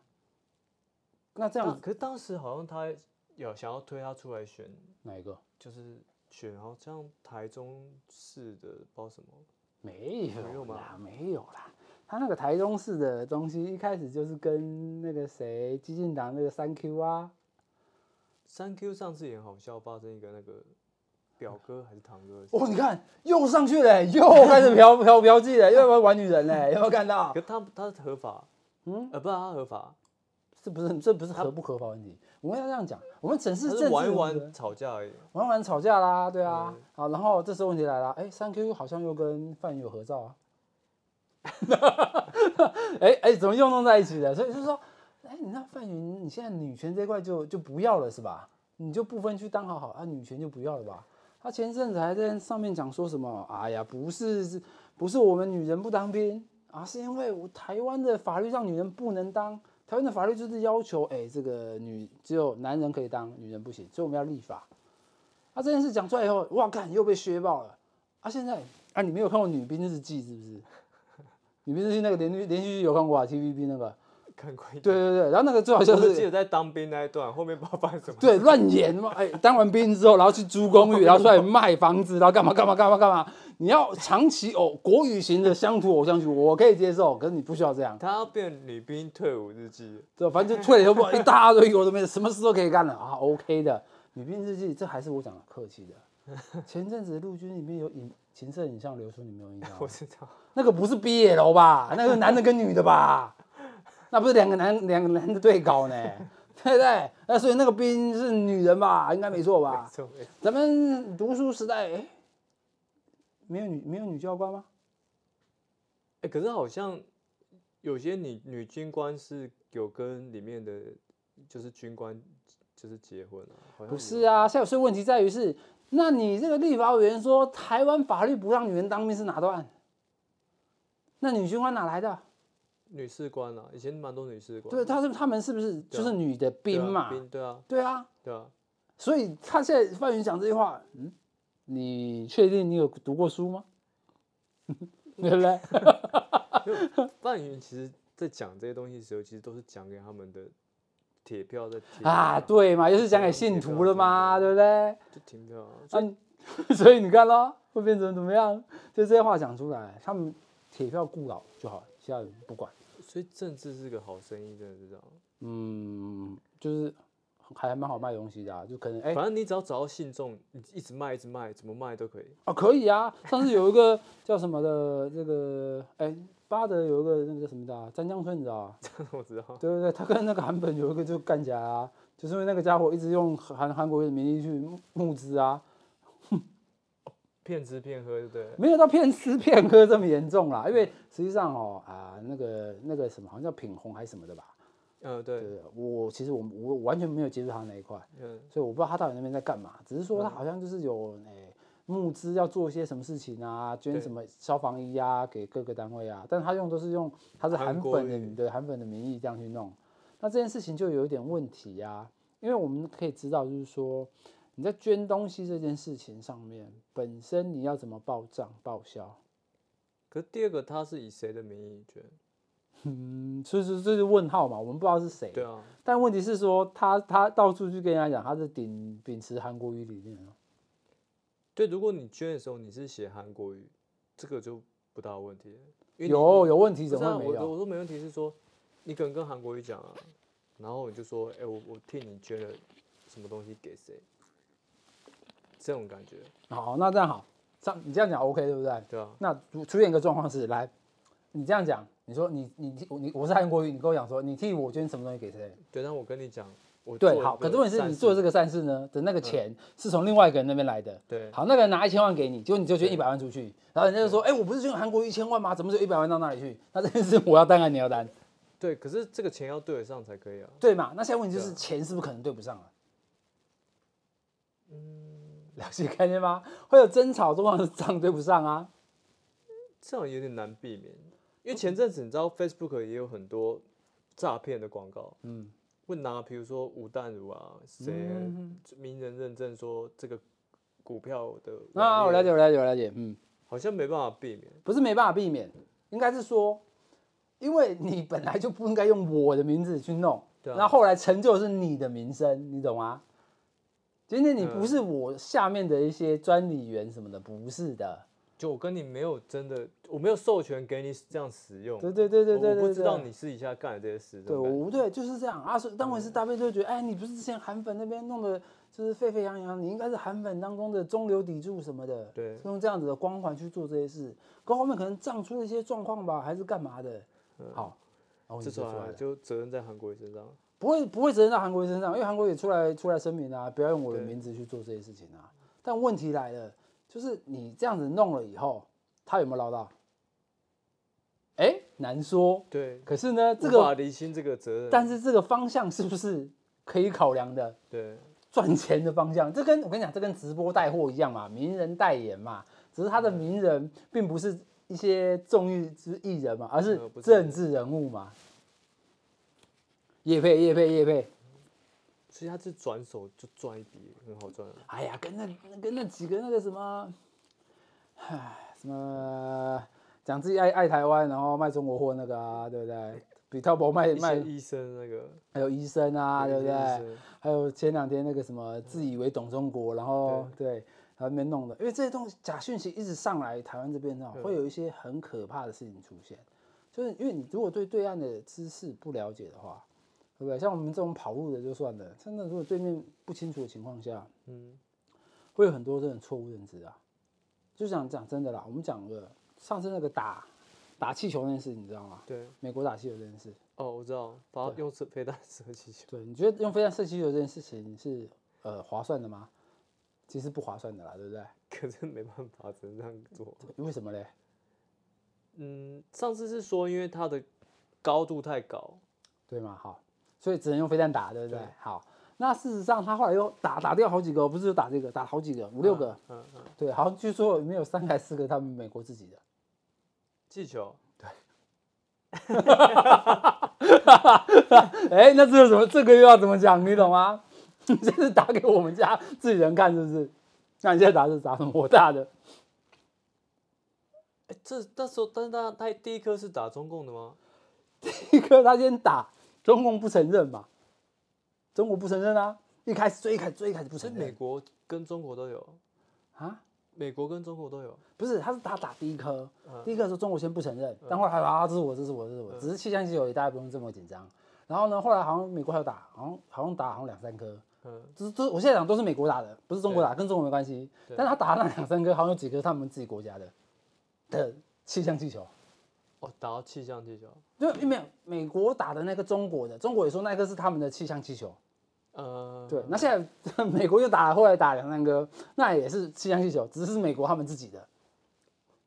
那这样当可是当时好像他有想要推他出来选，哪一个？就是选好像台中市的不知道什么，没没有有吗啦，没有啦。他那个台中市的东西，一开始就是跟那个谁，激进党那个三 Q 啊，三 Q 上次也很好笑，发生一个那个表哥还是堂哥？哦，你看又上去了，欸又开始嫖 嫖嫖妓了，又要玩女人了，有没有看到可？是他他是合法，嗯，呃，不是他合法，这不是这不是合不合法问题，我们要这样讲，我们整他是政是治玩一对不对玩吵架而已。玩完吵架啦，对啊，好，然后这时候问题来了，哎，三 Q 好像又跟范宇有合照啊， 哎哎，怎么又弄在一起的？所以就是说，哎，你那范宇，你现在女权这块就就不要了是吧？你就不分区当好好啊，女权就不要了吧？他前阵子还在上面讲说什么，哎呀，不是不是我们女人不当兵啊，是因为我台湾的法律让女人不能当。台湾的法律就是要求，哎、这个女只有男人可以当，女人不行，所以我们要立法。他、这件事讲出来以后，哇，干又被削爆了。啊，现在啊，你没有看过《女兵日记》是不是？《女兵日记》那个连续连续剧有看过啊，TVB 那个。看过一点，对对对，然后那个最好 笑我只记是，得在当兵那一段，后面不知道发生什么。对乱演嘛，哎，当完兵之后，然后去租公寓，然后出来卖房子，然后干嘛干嘛干嘛干嘛。你要长期偶国语型的乡土偶像剧，我可以接受，可是你不需要这样。他要变女兵退伍日记，对，反正就退了以后一大堆有的没的，什么事都可以干了啊，OK 的。女兵日记这还是我讲的客气的。前阵子陆军里面有影情色影像流出，你没有印象我吗？知道。那个不是 BL 哦吧？那个男的跟女的吧？那不是两个男两个男的对搞呢？ 对不对？那所以那个兵是女人吧？应该没错没吧？错没错咱们读书时代，哎，没有女没有女教官吗？哎，可是好像有些女女军官是有跟里面的就是军官就是结婚啊，好像不有是啊，现在所以问题在于是，那你这个立法委员说台湾法律不让女人当兵是哪段？那女军官哪来的？女士官啊，以前蛮多女士官。对，他是他们是不是对啊就是女的对兵啊嘛？兵对啊对啊，对啊，所以他现在范云讲这句话，嗯，你确定你有读过书吗？ 对 不对？范云啊其实在讲这些东西的时候，其实都是讲给他们的铁票在贴啊，票对嘛，又是讲给信徒了嘛，啊对不对？就停票啊，啊 所以，所以你看咯，会变成怎么样？就这些话讲出来，他们铁票固老就好了，其他人不管。所以政治是个好生意，真的是这样。嗯，就是还蛮好卖东西的、啊，就可能哎、反正你只要找到信众，你一直卖一直卖，怎么卖都可以。哦可以啊，上次有一个叫什么的，这个哎巴德有一个那个叫什么的、啊，詹江村你知道吧？我知道，对对对，他跟那个韩本有一个就干起来啊，就是因为那个家伙一直用韩韩国的名义去募募资啊，骗吃骗喝，对不对？没有到骗吃骗喝这么严重啦，因为实际上哦啊那个那个什么好像叫品红还是什么的吧，嗯，对，对，我其实我我完全没有接触他那一块。嗯，所以我不知道他到底那边在干嘛，只是说他好像就是有诶、募资要做一些什么事情啊，捐对什么消防衣啊给各个单位啊，但他用都是用他是韩韩国粉的语对韩粉的名义这样去弄，那这件事情就有一点问题呀、因为我们可以知道就是说你在捐东西这件事情上面，本身你要怎么报账报销，可是第二个他是以谁的名义捐？嗯，所以说这是问号嘛，我们不知道是谁，对啊，但问题是说他他到处去跟人家讲他是顶秉持韩国语理念啊。对，如果你捐的时候你是写韩国语，这个就不大有问题了。因为你有有问题不怎是啊么会没我有？我说没问题，是说你可能跟韩国语讲啊，然后你就说，哎、我我替你捐了什么东西给谁，这种感觉，好，那这样好，这样你这样讲 OK 对不对？对啊，那如出现一个状况是，来，你这样讲，你说你你替我你我是韩国瑜，你跟我讲说你替我捐什么东西给谁？对。但我跟你讲，我对，做好，个可是问题是善你事嗯做这个善事呢的那个钱是从另外一个人那边来的。对好，那个人拿一千万给你，结果你就捐对一百万出去，然后人家就说，哎，我不是捐韩国瑜一千万吗？怎么就一百万到那里去？那这件事我要担还是你要担？对，可是这个钱要对得上才可以啊。对嘛？那现在问题就是对啊钱是不是可能对不上了？嗯，了解概念吗？会有争吵，状况是账对不上啊。这样有点难避免，哦因为前阵子你知道 Facebook 也有很多诈骗的广告，嗯，会拿比如说吴淡如啊，谁嗯名人认证说这个股票的网啊，我页了解，我了解，我了解。嗯，好像没办法避免，不是没办法避免，应该是说，因为你本来就不应该用我的名字去弄，对啊然后后来成就是你的名声，你懂吗？今天你不是我下面的一些专利员什么的，不是的。就我跟你没有真的，我没有授权给你这样使用，啊对对对对我对我对，不知对道你私底下干的这些事，对，这种感觉嗯我对就是这样啊。所以但问题是大卫就会觉得，哎，你不是之前韩粉那边弄的就是沸沸扬扬，你应该是韩粉当中的中流砥柱什么的，对用这样子的光环去做这些事，可后面可能胀出了一些状况吧，还是干嘛的？好，然嗯后这你种说出来啊了，就责任在韩国瑜身上。不会不会责任到韩国瑜身上，因为韩国也出来出来声明啊，不要用我的对名字去做这些事情啊。但问题来了，就是你这样子弄了以后，他有没有捞到？哎，难说。对，可是呢，这无法个厘清这个责任。但是这个方向是不是可以考量的？对赚钱的方向，这跟我跟你讲，这跟直播带货一样嘛，名人代言嘛，只是他的嗯名人并不是一些综艺之艺人嘛，而是呃不是政治人物嘛。叶配叶配叶配，所以他是转手就赚一笔，很好赚啊。哎呀，跟那跟那几个那个什么，唉，什么讲自己爱爱台湾，然后卖中国货那个啊，对不对？比淘宝卖一些卖，医生那个还有医生啊，对不对？？一些医生还有前两天那个什么自以为懂中国，然后对，还没弄的，因为这些东西假讯息一直上来台湾这边呢，会有一些很可怕的事情出现，就是因为你如果对对岸的知识不了解的话，对不对？像我们这种跑路的就算了，真的如果对面不清楚的情况下，嗯，会有很多这种错误认知啊。就想讲真的啦，我们讲个上次那个打打气球那件事，你知道吗？对。美国打气球这件事，哦，我知道，把它用射飞 弹射气球。对，你觉得用飞弹射气球这件事情是呃划算的吗？其实不划算的啦，对不对？可是没办法，只能这样做。对为什么嘞？嗯，上次是说因为它的高度太高，对吗？好，所以只能用飞弹打，对不对？对好，那事实上他后来又打打掉好几个，不是就打这个，打好几个，五六个，嗯嗯，对，好像据说里面有三个还是四个他们美国自己的，气球哎，那这个怎么这个又要怎么讲？你懂吗？ 你这是打给我们家自己人看，是不是？那你现在打是打什么？我打的，哎、这那时候，但是他他第一颗是打中共的吗？一个他先打，中共不承认嘛，中国不承认啊，一开始最一开始最一开始不所以承美认国跟中国都有，啊，美国跟中国都有。不是，他是他打第一颗，第一颗的时候中国先不承认，但后来他说啊，这是我，这是我，这是我，只是气象气球也大家不用这么紧张。然后呢，后来好像美国还有打，好像好像打好像两三颗，嗯，这这我现在讲都是美国打的，不是中国打，跟中国没关系。但他打的那两三颗好像有几颗他们自己国家的的气象气球。哦，打到气象气球。就没有美国打的那个中国的，中国也说那个是他们的气象气球，呃，对，那现在美国又打了，后来打两三个，那也是气象气球，只是美国他们自己的。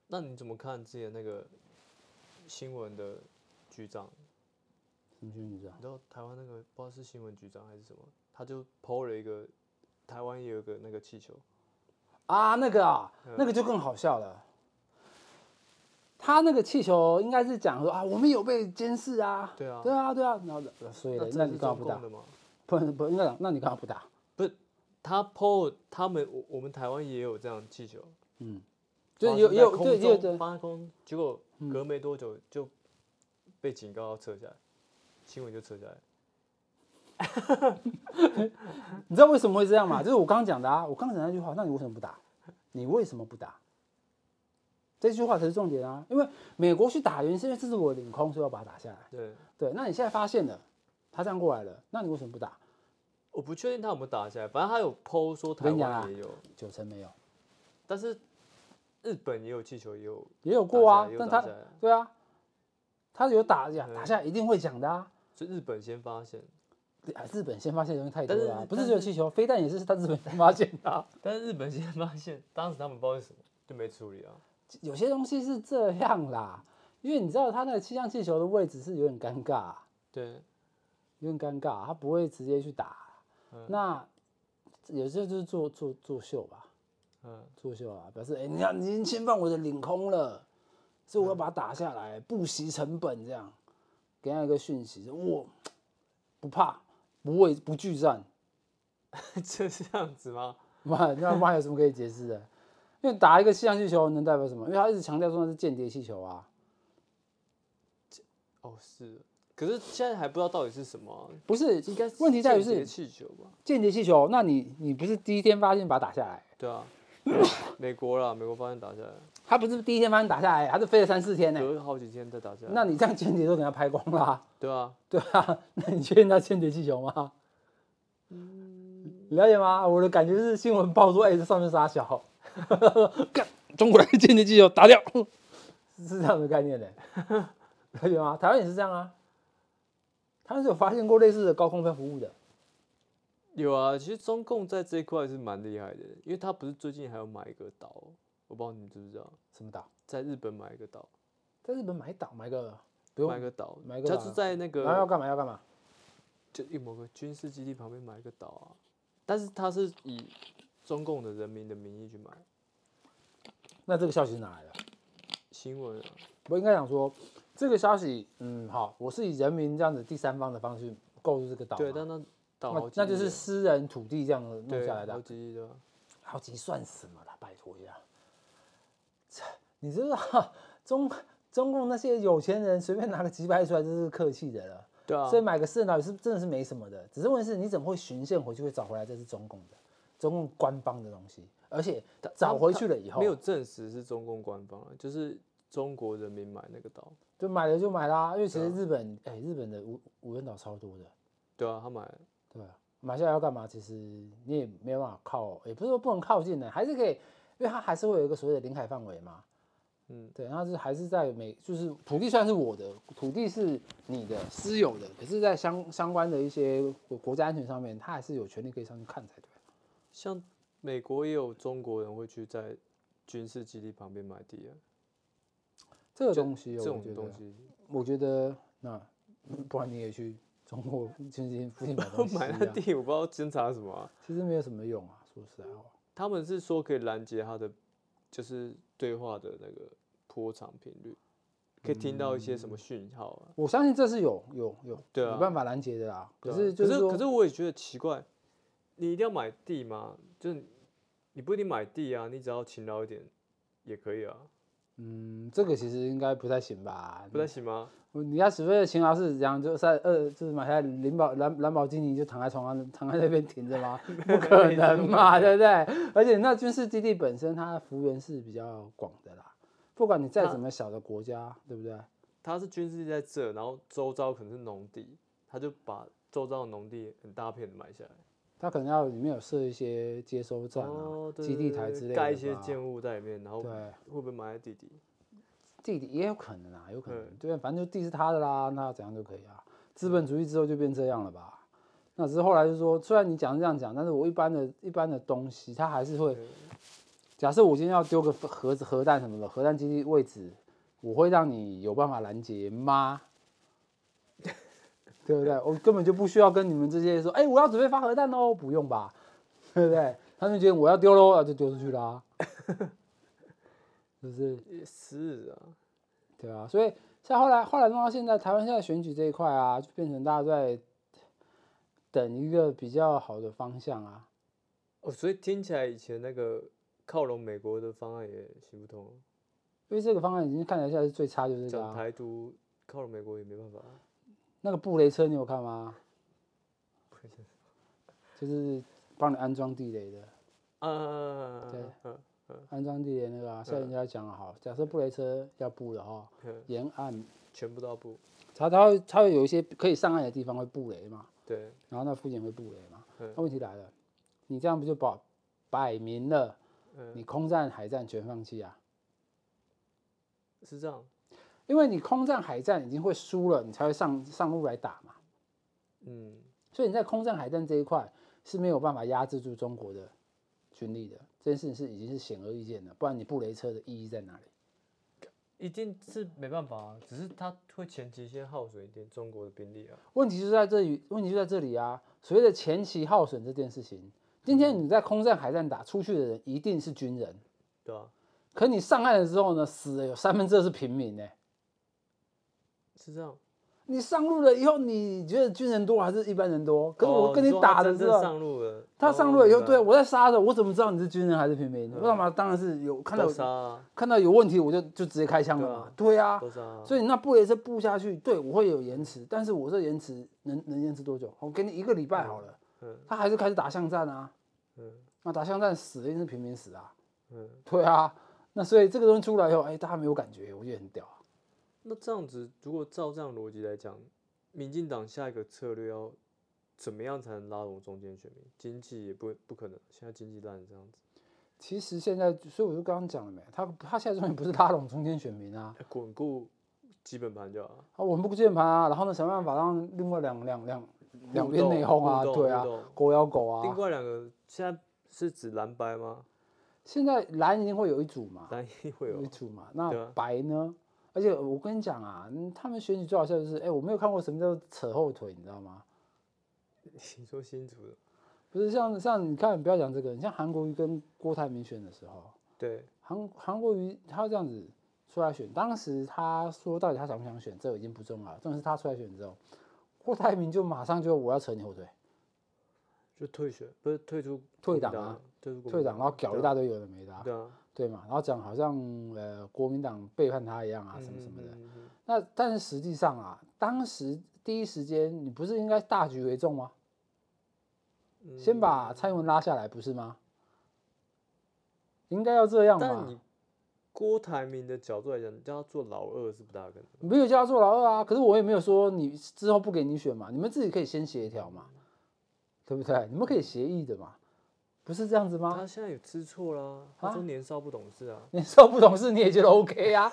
那你怎么看之前那个新闻的局长？什么军事啊你？知道台湾那个不知道是新闻局长还是什么，他就抛了一个台湾也有个那个气球，啊，那个啊，嗯那个就更好笑了。他那个气球应该是讲说啊，我们有被监视啊，对啊对啊，对啊，然后呃所以那嘞这那个你是干嘛中不打共？的吗？不不，应该讲，那你干嘛不打？他 PO 他们我我们台湾也有这样气球，就是发射也有也在有空对嗯也有中的，发空，结果隔没多久就被警告要撤下来，新闻就撤下来。你知道为什么会这样吗？就是我刚刚讲的啊，我刚刚讲那句话，那你为什么不打？你为什么不打？这句话才是重点啊，因为美国去打原因是因为这是我的领空，所以要把它打下来。对，对，那你现在发现了，他这样过来了，那你为什么不打？我不确定他有没有打下来，反正他有 PO 说台跟你讲啊湾也有，九成没有，但是日本也有气球，也有也有过啊打下来也，有但打他下来对啊，他有打呀，打下来一定会讲的啊。是日本先发现，啊日本先发现的东西太多了啊、但是不是只有气球，飞弹也是他日本先发现 的啊、但是日本先发现，当时他们不知道是什么，就没处理啊。有些东西是这样啦，因为你知道他那个气象气球的位置是有点尴尬、啊对，有点尴尬、他不会直接去打。啊嗯那有些就是作作作秀吧，嗯， 作秀啊，表示哎、你看你已经侵犯我的领空了，所以我要把它打下嗯来，不惜成本这样，给他一个讯息，我不怕，不畏不惧战，这是这样子吗？ 妈， 那妈有什么可以解释的？因为打一个气象气球能代表什么？因为他一直强调说那是间谍气球啊，哦，是，可是现在还不知道到底是什么啊、不是应该问题在于间谍是气球吧？间谍气球，那你你不是第一天发现把它打下来，对 啊，美国啦，美国发现打下来，他不是第一天发现打下来，他是飞了三四天呢、隔好几天再打下来。那你这样间谍都给他拍光了啊、 对啊，对啊，那你确定他间谍气球吗？你了解吗？我的感觉是新闻报说，哎、这上面傻小， 干中国来的间谍机友打掉，是这样的概念的、 了解吗？台湾也是这样啊，台湾是有发现过类似的高空飞服务的，有啊，其实中共在这一块是蛮厉害的，因为他不是最近还有买一个岛，我不知道你们知不知道，什么岛？在日本买一个岛，在日本买岛买个不用买一，个岛，买一个他岛是在那然后要个干嘛要干嘛？就一某个军事基地旁边买一个岛啊，但是他是以中共的人民的名义去买那这个消息是哪来的？新闻啊，我应该讲说，这个消息，嗯，好，我是以人民这样子第三方的方式购入这个岛嘛，对，但那岛那好几那就亿是啊私人土地这样子弄对下来的好啊，几亿的啊，好几算什么啦？拜托呀！这你知道中中共那些有钱人随便拿个几百亿出来，这是客气的了。对啊所以，买个私人岛也是真的是没什么的，只是问题是你怎么会循线回去会找回来？这是中共的，中共官方的东西，而且找回去了以后没有证实是中共官方啊，就是中国人民买那个岛，就买了就买啦，因为其实对啊日本哎、日本的无无人岛超多的，对啊，他买了对吧？买下来要干嘛？其实你也没办法靠，也不是说不能靠近的，还是可以，因为它还是会有一个所谓的领海范围嘛。嗯，对，然后是还是在每就是土地虽然是我的，土地是你的私有的，可是，在相相关的一些国国家安全上面，它还是有权利可以上去看才对。像美国也有中国人会去在军事基地旁边买地啊，这个就东西，这我种觉得东，西我觉得那嗯不然你也去中国中心附近买东 西、买那啊，地我不知道侦查什么啊、其实没有什么用啊，说实在话。他们是说可以拦截他的就是对话的那个波长频率，可以听到一些什么讯号啊。我相信这是有有有对有啊办法拦截的啦。对可啊是就是可说，可是我也觉得奇怪，你一定要买地吗？就是你不一定买地啊，你只要勤劳一点也可以啊，嗯，这个其实应该不太行吧？不太行吗？你家史菲的勤劳是怎样？就在呃，就是买下林宝蓝蓝宝基尼就躺在床上躺在那边停着 吗？不可能嘛，对不对？而且那军事基地本身它的幅员是比较广的啦，不管你再它怎么小的国家，对不对？他是军事地在这，然后周遭可能是农地，他就把周遭的农地很大片的买下来，它可能要里面有设一些接收站啊、哦对基地对台对之类的吧，盖一些建物在里面，然后对会不会埋在地底？地理也有可能啊，有可能嗯，对，反正就地是他的啦，那怎样就可以啊。资本主义之后就变这样了吧？那只是后来就说，虽然你讲是这样讲，但是我一般的一般的东西，它还是会。假设我今天要丢个盒子核弹什么的，核弹基地位置，我会让你有办法拦截吗？ 对不对？我根本就不需要跟你们这些说，哎、我要准备发核弹喽，不用吧？对不对？他们觉得我要丢喽，啊就丢出去啦、是不是？也是啊，对啊，所以像后来后来弄到现在，台湾现在选举这一块啊，就变成大家都在等一个比较好的方向啊。哦，所以听起来以前那个靠拢美国的方案也行不通，哦因为这个方案已经看起来现在是最差，就是这个、讲啊、台独靠拢美国也没办法啊，那个布雷车，你有看吗？就是帮你安装地雷的，啊啊，对啊啊啊安装地雷那个啊。现在人家讲好，假设布雷车要布的哈，嗯沿岸全部都要不它它会它会有一些可以上岸的地方会布雷嘛，对，然后那附近会布雷嘛。嗯那问题来了，你这样不就摆摆明了嗯，你空战海战全放弃啊？是这样，因为你空战海战已经会输了，你才会上上路来打嘛。嗯，所以你在空战海战这一块是没有办法压制住中国的军力的，这件事情是已经是显而易见的。不然你布雷车的意义在哪里？一定是没办法啊，只是他会前期先耗损一点中国的兵力啊，问题就在这里，问题就在这里啊！所谓的前期耗损这件事情，今天你在空战海战打出去的人一定是军人，对啊，可你上岸了之后呢，死了有三分之二是平民呢、欸是这样。你上路了以后，你觉得军人多还是一般人多？可是哦我跟你说打他的真时正候，上路了，哦他上路了以后，对啊我我在杀的，我怎么知道你是军人还是平民？我他妈当然是有看到都嗯杀啊，看到有问题，我就就直接开枪了嘛。对啊，都杀啊，所以你那布雷车布下去，对我会有延迟，但是我这延迟能能延迟多久？我给你一个礼拜好了。嗯他还是开始打巷战啊，嗯那打巷战死的一定是平民死啊。嗯，对啊，那所以这个东西出来以后，哎，大家没有感觉，我觉得很屌啊。那这样子，如果照这样逻辑来讲，民进党下一个策略要怎么样才能拉拢中间选民？经济也不不可能，现在经济烂成这样子，其实现在，所以我就刚刚讲了没，他他现在重点不是拉拢中间选民啊，哎巩固基本盘就好了。啊，我们不顾键盘啊，然后呢，想办法让另外两两两两互边动内讧啊，互动对啊互动，狗咬狗啊另。外两个现在是指蓝白吗？现在蓝一定会有一组嘛，蓝一会有有一组嘛，那对啊白呢？而且我跟你讲啊，嗯他们选举最好笑就是，哎，我没有看过什么叫扯后腿，你知道吗？ 你说新竹的，不是像像你看，不要讲这个，你像韩国瑜跟郭台铭选的时候，对，韩韩国瑜他这样子出来选，当时他说到底他想不想选，这已经不重要了，重点是他出来选之后，郭台铭就马上就我要扯你后腿，就退选，不是退出国退民党党啊，退出国退民党，然后搞一大堆有的没的啊、嗯对啊，对嘛，然后讲好像呃国民党背叛他一样啊，什么什么的。嗯，嗯嗯嗯那但是实际上啊，当时第一时间你不是应该大局为重吗？嗯先把蔡英文拉下来，不是吗？应该要这样吧。但你郭台铭的角度来讲，你叫他做老二是不大可能。没有叫他做老二啊，可是我也没有说你之后不给你选嘛，你们自己可以先协调嘛，对不对？你们可以协议的嘛，不是这样子吗？他现在有知错啦，他说年少不懂事啊。年少不懂事你也觉得 OK 啊？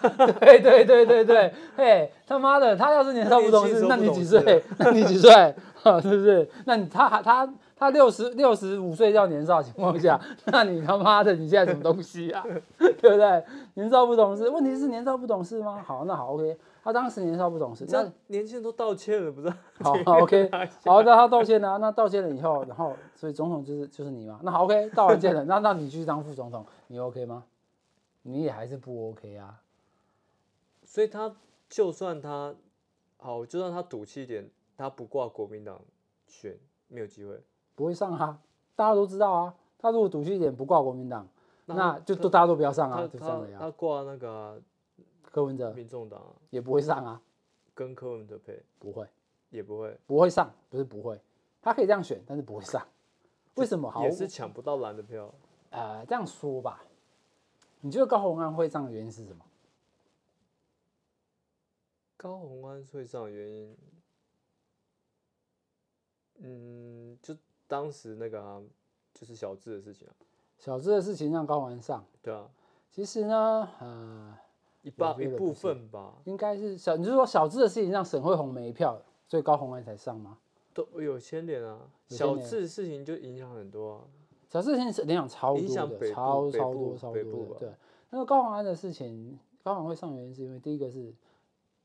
对对对对对，嘿，他妈的，他要是年少不懂事，他那你年几轻的时候不懂岁？那你几岁？ 啊，是不是？那你他还他他六十六十五岁叫年少的情况下，那你他妈的你现在什么东西啊？ 对不对？年少不懂事，问题是年少不懂事吗？好，那好 OK，他当时年少不懂事，这那样年轻人都道 歉了，不是？好好，OK，好，那他道歉了、那道歉了以后，然后所以总统就是就是你嘛。那好，OK，道完歉了，那那你去当副总统，你 OK 吗？你也还是不 OK 啊？所以他就算他好，就算他赌气一点，他不挂国民党选没有机会。不会上啊，大家都知道啊。他如果赌气一点，不挂国民党，那那他就都大家都不要上啊他，就这样他了呀。他挂那个啊柯文哲民众党啊也不会上啊，跟柯文哲配不会，也不会，不会上，不是不会，他可以这样选，但是不会上。为什么？好，也是抢不到蓝的票。呃，这样说吧，你觉得高鸿安会上的原因是什么？高鸿安会上的原因，嗯，就当时那个啊，就是小智的事情啊，小智的事情让高鸿安上，对啊，其实呢，呃。一半觉一得部不是分吧，应该是小，你是说小智的事情让沈惠红没票，所以高红安才上吗？都有牵连啊。有牵小连智事情就影响很多啊，小智的事情是影响超影响多北部的，超北超部多超北多部吧的。对，那个高红安的事情，高红安会上原因是因为第一个是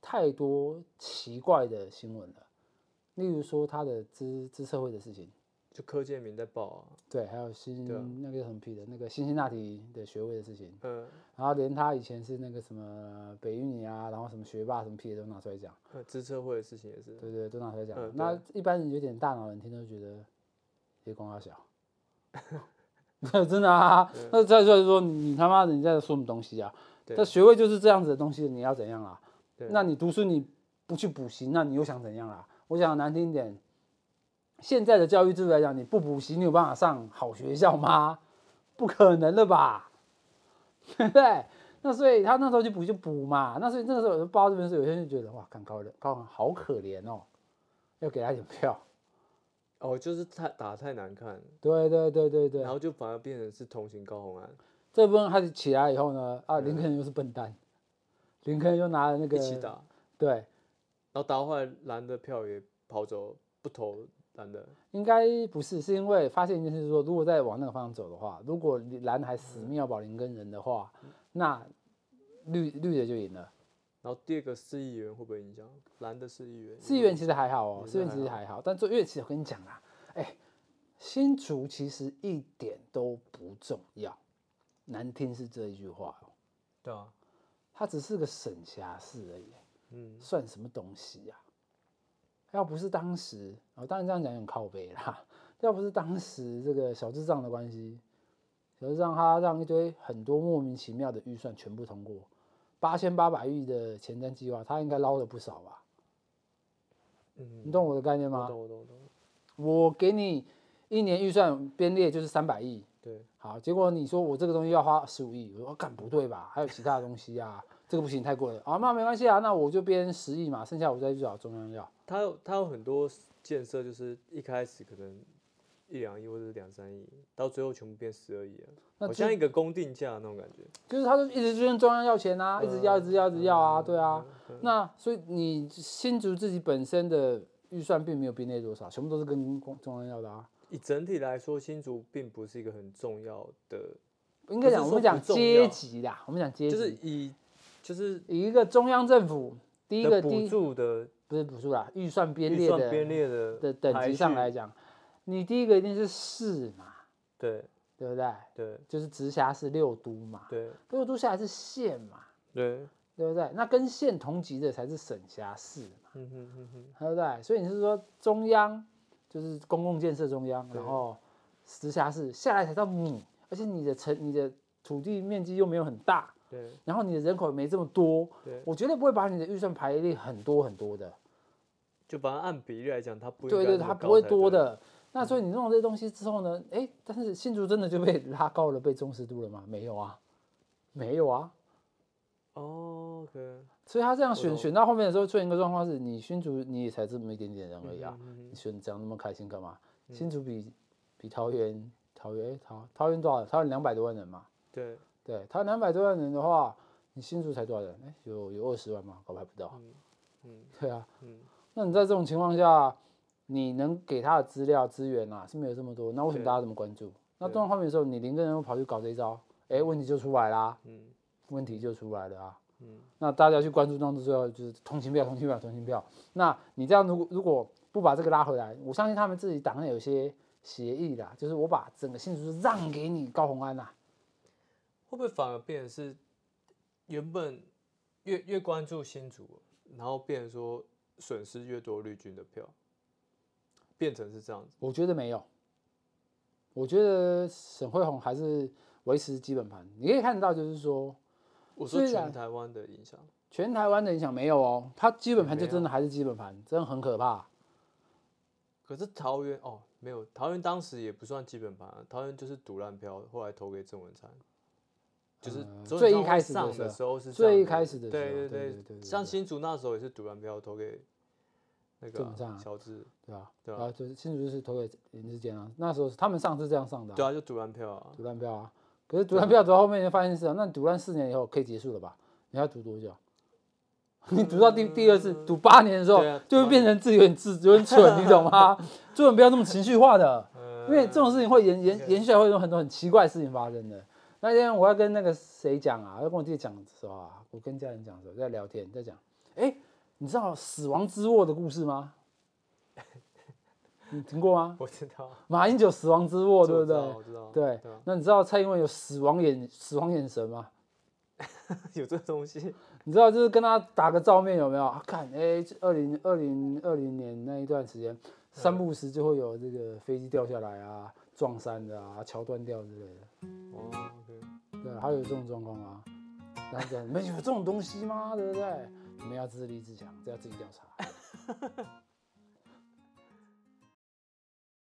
太多奇怪的新闻了，例如说他的资资社会的事情，就柯建明在报啊，对，还有新对啊那个叫什么屁的那个辛辛那提的学位的事情，嗯，然后连他以前是那个什么北语女啊，然后什么学霸什么屁的都拿出来讲。呃资策会的事情也是，对对，都拿出来讲了。嗯那一般人有点大脑人听都觉得夜光花小， 真的啊。嗯那再就是说你你他妈的你在说什么东西啊？对这学位就是这样子的东西，你要怎样啊？对那你读书你不去补习，那你又想怎样啊？我讲难听一点，现在的教育制度来讲，你不补习，你有办法上好学校吗？ 不可能的吧， 对不对？那所以他那时候就补就补嘛，那所以那个时候我报这边的时候，有些人就觉得哇，看高人高人好可怜哦，要给他一点票。哦，就是太打太难看了，对对对对对啊然，后就反而变成是同情高红安，这部分开始起来以后呢，啊，林肯又是笨蛋，林肯又拿了那个一起打，对，然后打坏蓝的票也跑走，不投蓝的，应该不是，是因为发现一件事，就是说如果再往那个方向走的话，如果蓝还死命要保林跟人的话，那绿绿的就赢了。然后第二个市议员会不会影响蓝的市议员？四元其实还好哦，也是四元其实还还好，但做乐器我跟你讲啦，哎，新竹其实一点都不重要，难听是这一句话哦，对啊，它只是个省辖市而已，啊嗯，算什么东西呀、要不是当时，哦，当然这样讲有点靠背啦。 要不是当时这个小智障的关系，小智障他让一堆很多莫名其妙的预算全部通过，八千八百亿的前瞻计划，他应该捞了不少吧？嗯你懂我的概念我吗？懂我懂我懂，我给你一年预算编列就是三百亿，对，好，结果你说我这个东西要花十五亿，我说哦干不对吧？还有其他的东西啊，这个不行太贵了啊，那没关系啊，那我就编十亿嘛，剩下我再去找中央要。他有他有很多建设，就是一开始可能一两亿或者是两三亿，到最后全部变十二亿啊，那好就像一个公定价那种感觉。就是他就一直就跟中央要钱啊，一直要，一直要，一直要啊，对啊。嗯那所以你新竹自己本身的预算并没有编列多少，全部都是跟公中央要的啊。以整体来说，新竹并不是一个很重要的，应该不是讲我们说讲不重阶要级啦，我们讲阶级，就是以就是以一个中央政府第一的个第补一助的不是补助啦，预算编预列算编的列的的等排级上序来，讲，你第一个一定是市嘛，对对不对？对就是直辖市六都嘛，对六都下来是县嘛，对，对不对？那跟县同级的才是省辖市嘛，嗯哼哼哼，对不对？所以你是说中央就是公共建设中央，然对后直辖市下来才到你，而且你的城你的土地面积又没有很大，对然后你的人口也没这么多，对，我绝对不会把你的预算排列很多很多的。就把它按比例来讲，它不应对该对，那么它不高会才多对，的。那所以你弄了这东西之后呢？哎，但是新竹真的就被 拉高了，被忠实度了吗？没有啊，没有啊。哦，OK，所以他这样我选懂选到后面的时候，出现一个状况是，你新竹你也才这么一点点人而已啊，嗯你选这样那么开心干嘛？新竹比比桃园，桃园哎桃桃园多少人？桃园两百多万人嘛，对，对，桃园两百多万人的话，你新竹才多少人？哎，有有二十万吗？搞不好还不到。嗯嗯对啊，嗯，那你在这种情况下，你能给他的资料资源啊是没有这么多，那为什么对大家这么关注？那对动到后面的时候，你零个人又跑去搞这一招，哎，问题就出来啦，嗯问题就出来了啊。嗯那大家去关注到最后就是通勤票、通勤票、通勤票。那你这样如果如果不把这个拉回来，我相信他们自己党内有些协议啦，就是我把整个新竹市让给你高鸿安呐、会不会反而变成是原本越越关注新竹，然后变成说损失越多绿军的票，变成是这样子？我觉得没有，我觉得沈惠宏还是维持基本盘。你可以看到，就是说我说虽然全台湾的影响，全台湾的影响没有哦，它基本盘就没有真的还是基本盘，真的很可怕。可是桃园哦没有，桃园当时也不算基本盘啊、桃园就是赌烂票，后来投给郑文灿。就是呃周最永一昌会开始的上时候的时候是这最样一开始的时候对对对对对对像对新竹那时候也是赌烂票投给那个郑啊文灿啊乔治，对吧、对啊然后就是新竹就是投给林志坚啊，那时候是他们上次这样上的、对啊，就赌烂票啊，独断票啊。可是独断票之后后面就发现是啊，那你独断四年以后可以结束了吧？你要读多久？你读到第第二次读八年的时候嗯对啊，就会变成自己很自有 点蠢，你懂吗？做人不要这么情绪化的，嗯因为这种事情会延延延续来，会有很多很奇怪的事情发生的。那天我要跟那个谁讲啊，要跟我弟讲的时候啊，我跟家人讲的时候在聊天，在讲，哎，你知道死亡之握的故事 吗？你听过吗？呃我知道，马英九死亡之握，这哦对我知不对道？我知道，对啊，那你知道蔡英文有死亡眼死亡眼神吗？有这东西，你知道就是跟他打个照面有没有？啊、看，哎、二零二零二零年那一段时间，三不五时就会有这个飞机掉下来啊、撞山的啊、桥断掉之类的，哦，OK，对，还有这种状况啊。然后讲你们有这种东西吗？对不对？你们要自立自强，这要自己调查。